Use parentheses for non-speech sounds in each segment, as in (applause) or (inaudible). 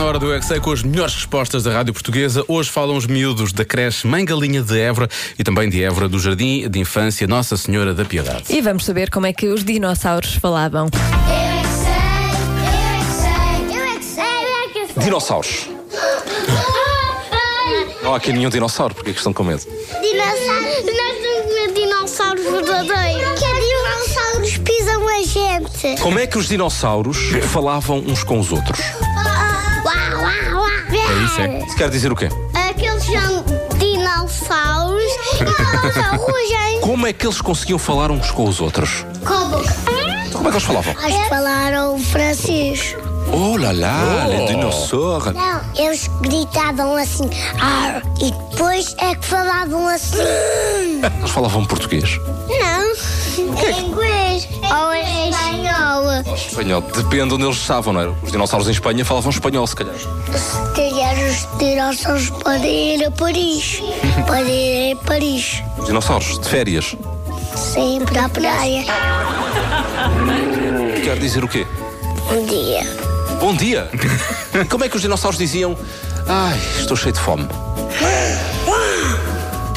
hora do Exei com as melhores respostas da Rádio Portuguesa. Hoje falam os miúdos da creche Mãe Galinha de Évora e também de Évora do Jardim de Infância Nossa Senhora da Piedade. E vamos saber como é que os dinossauros falavam. Eu é que sei, eu é que sei, eu é que sei, eu é que sei. Dinossauros. Não há aqui nenhum dinossauro, porque é que estão com medo? Dinossauros. Nós temos medo de dinossauros verdadeiros. Que dinossauros pisam a gente. Como é que os dinossauros falavam uns com os outros? Uau, uau, uau. É isso, é. Isso quer dizer o quê? Aqueles são dinossauros e eles rugem. Como é que eles conseguiam falar uns com os outros? Como? Então, Como é que eles falavam? Eles falaram francês. Oh lá lá, les dinossauros. Não, eles gritavam assim ar, e depois é que falavam assim. Eles falavam português. Não, em inglês ou em Ah, é espanhol. Espanhol. Depende de onde eles estavam, não era? Os dinossauros em Espanha falavam espanhol, se calhar. Se calhar os dinossauros podem ir a Paris. Podem ir a Paris. Os dinossauros, de férias. Sempre à praia. Quer dizer o quê? Um dia. Bom (laughs) dia. Como é que os dinossauros diziam? Ai, estou cheio de fome.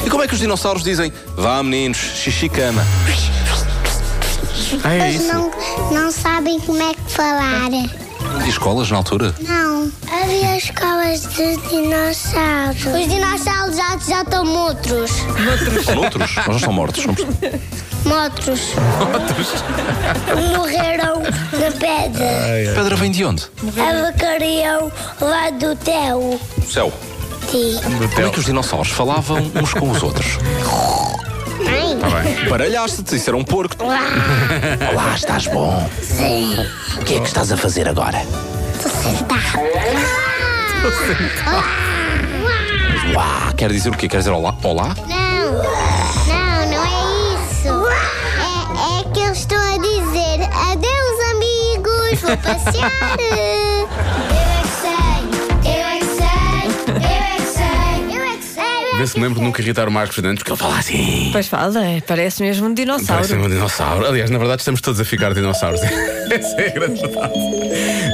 E como é que os dinossauros dizem? Vá, meninos, xixi cama. Ah, é Eles não, não sabem como é que falar. Não havia escolas na altura? Não. Havia escolas de dinossauros. Os dinossauros já, já estão motros. São outros? Nós não são mortos. Não... perce- Motros. Morreram na pedra. Pedra vem de onde? Avacariam lá do Teu. Do céu. Sim. Como é que os dinossauros falavam uns com os outros? Baralhaste-te, isso era um porco. Olá, estás bom? Sim. O que é que estás a fazer agora? Ah, Uá, quer dizer o quê? Quer dizer olá? Olá? Não, não, não é isso. É, é que eu estou a dizer adeus, amigos, vou passear. Eu é que sei, eu é que sei, eu é que sei, eu é que sei. Vê se me lembro de nunca irritar o Marcos Fernandes, porque ele fala assim. Pois fala, é, parece mesmo um (laughs) dinossauro. Parece um dinossauro. Aliás, na verdade, estamos todos a ficar dinossauros. Essa é a grande verdade.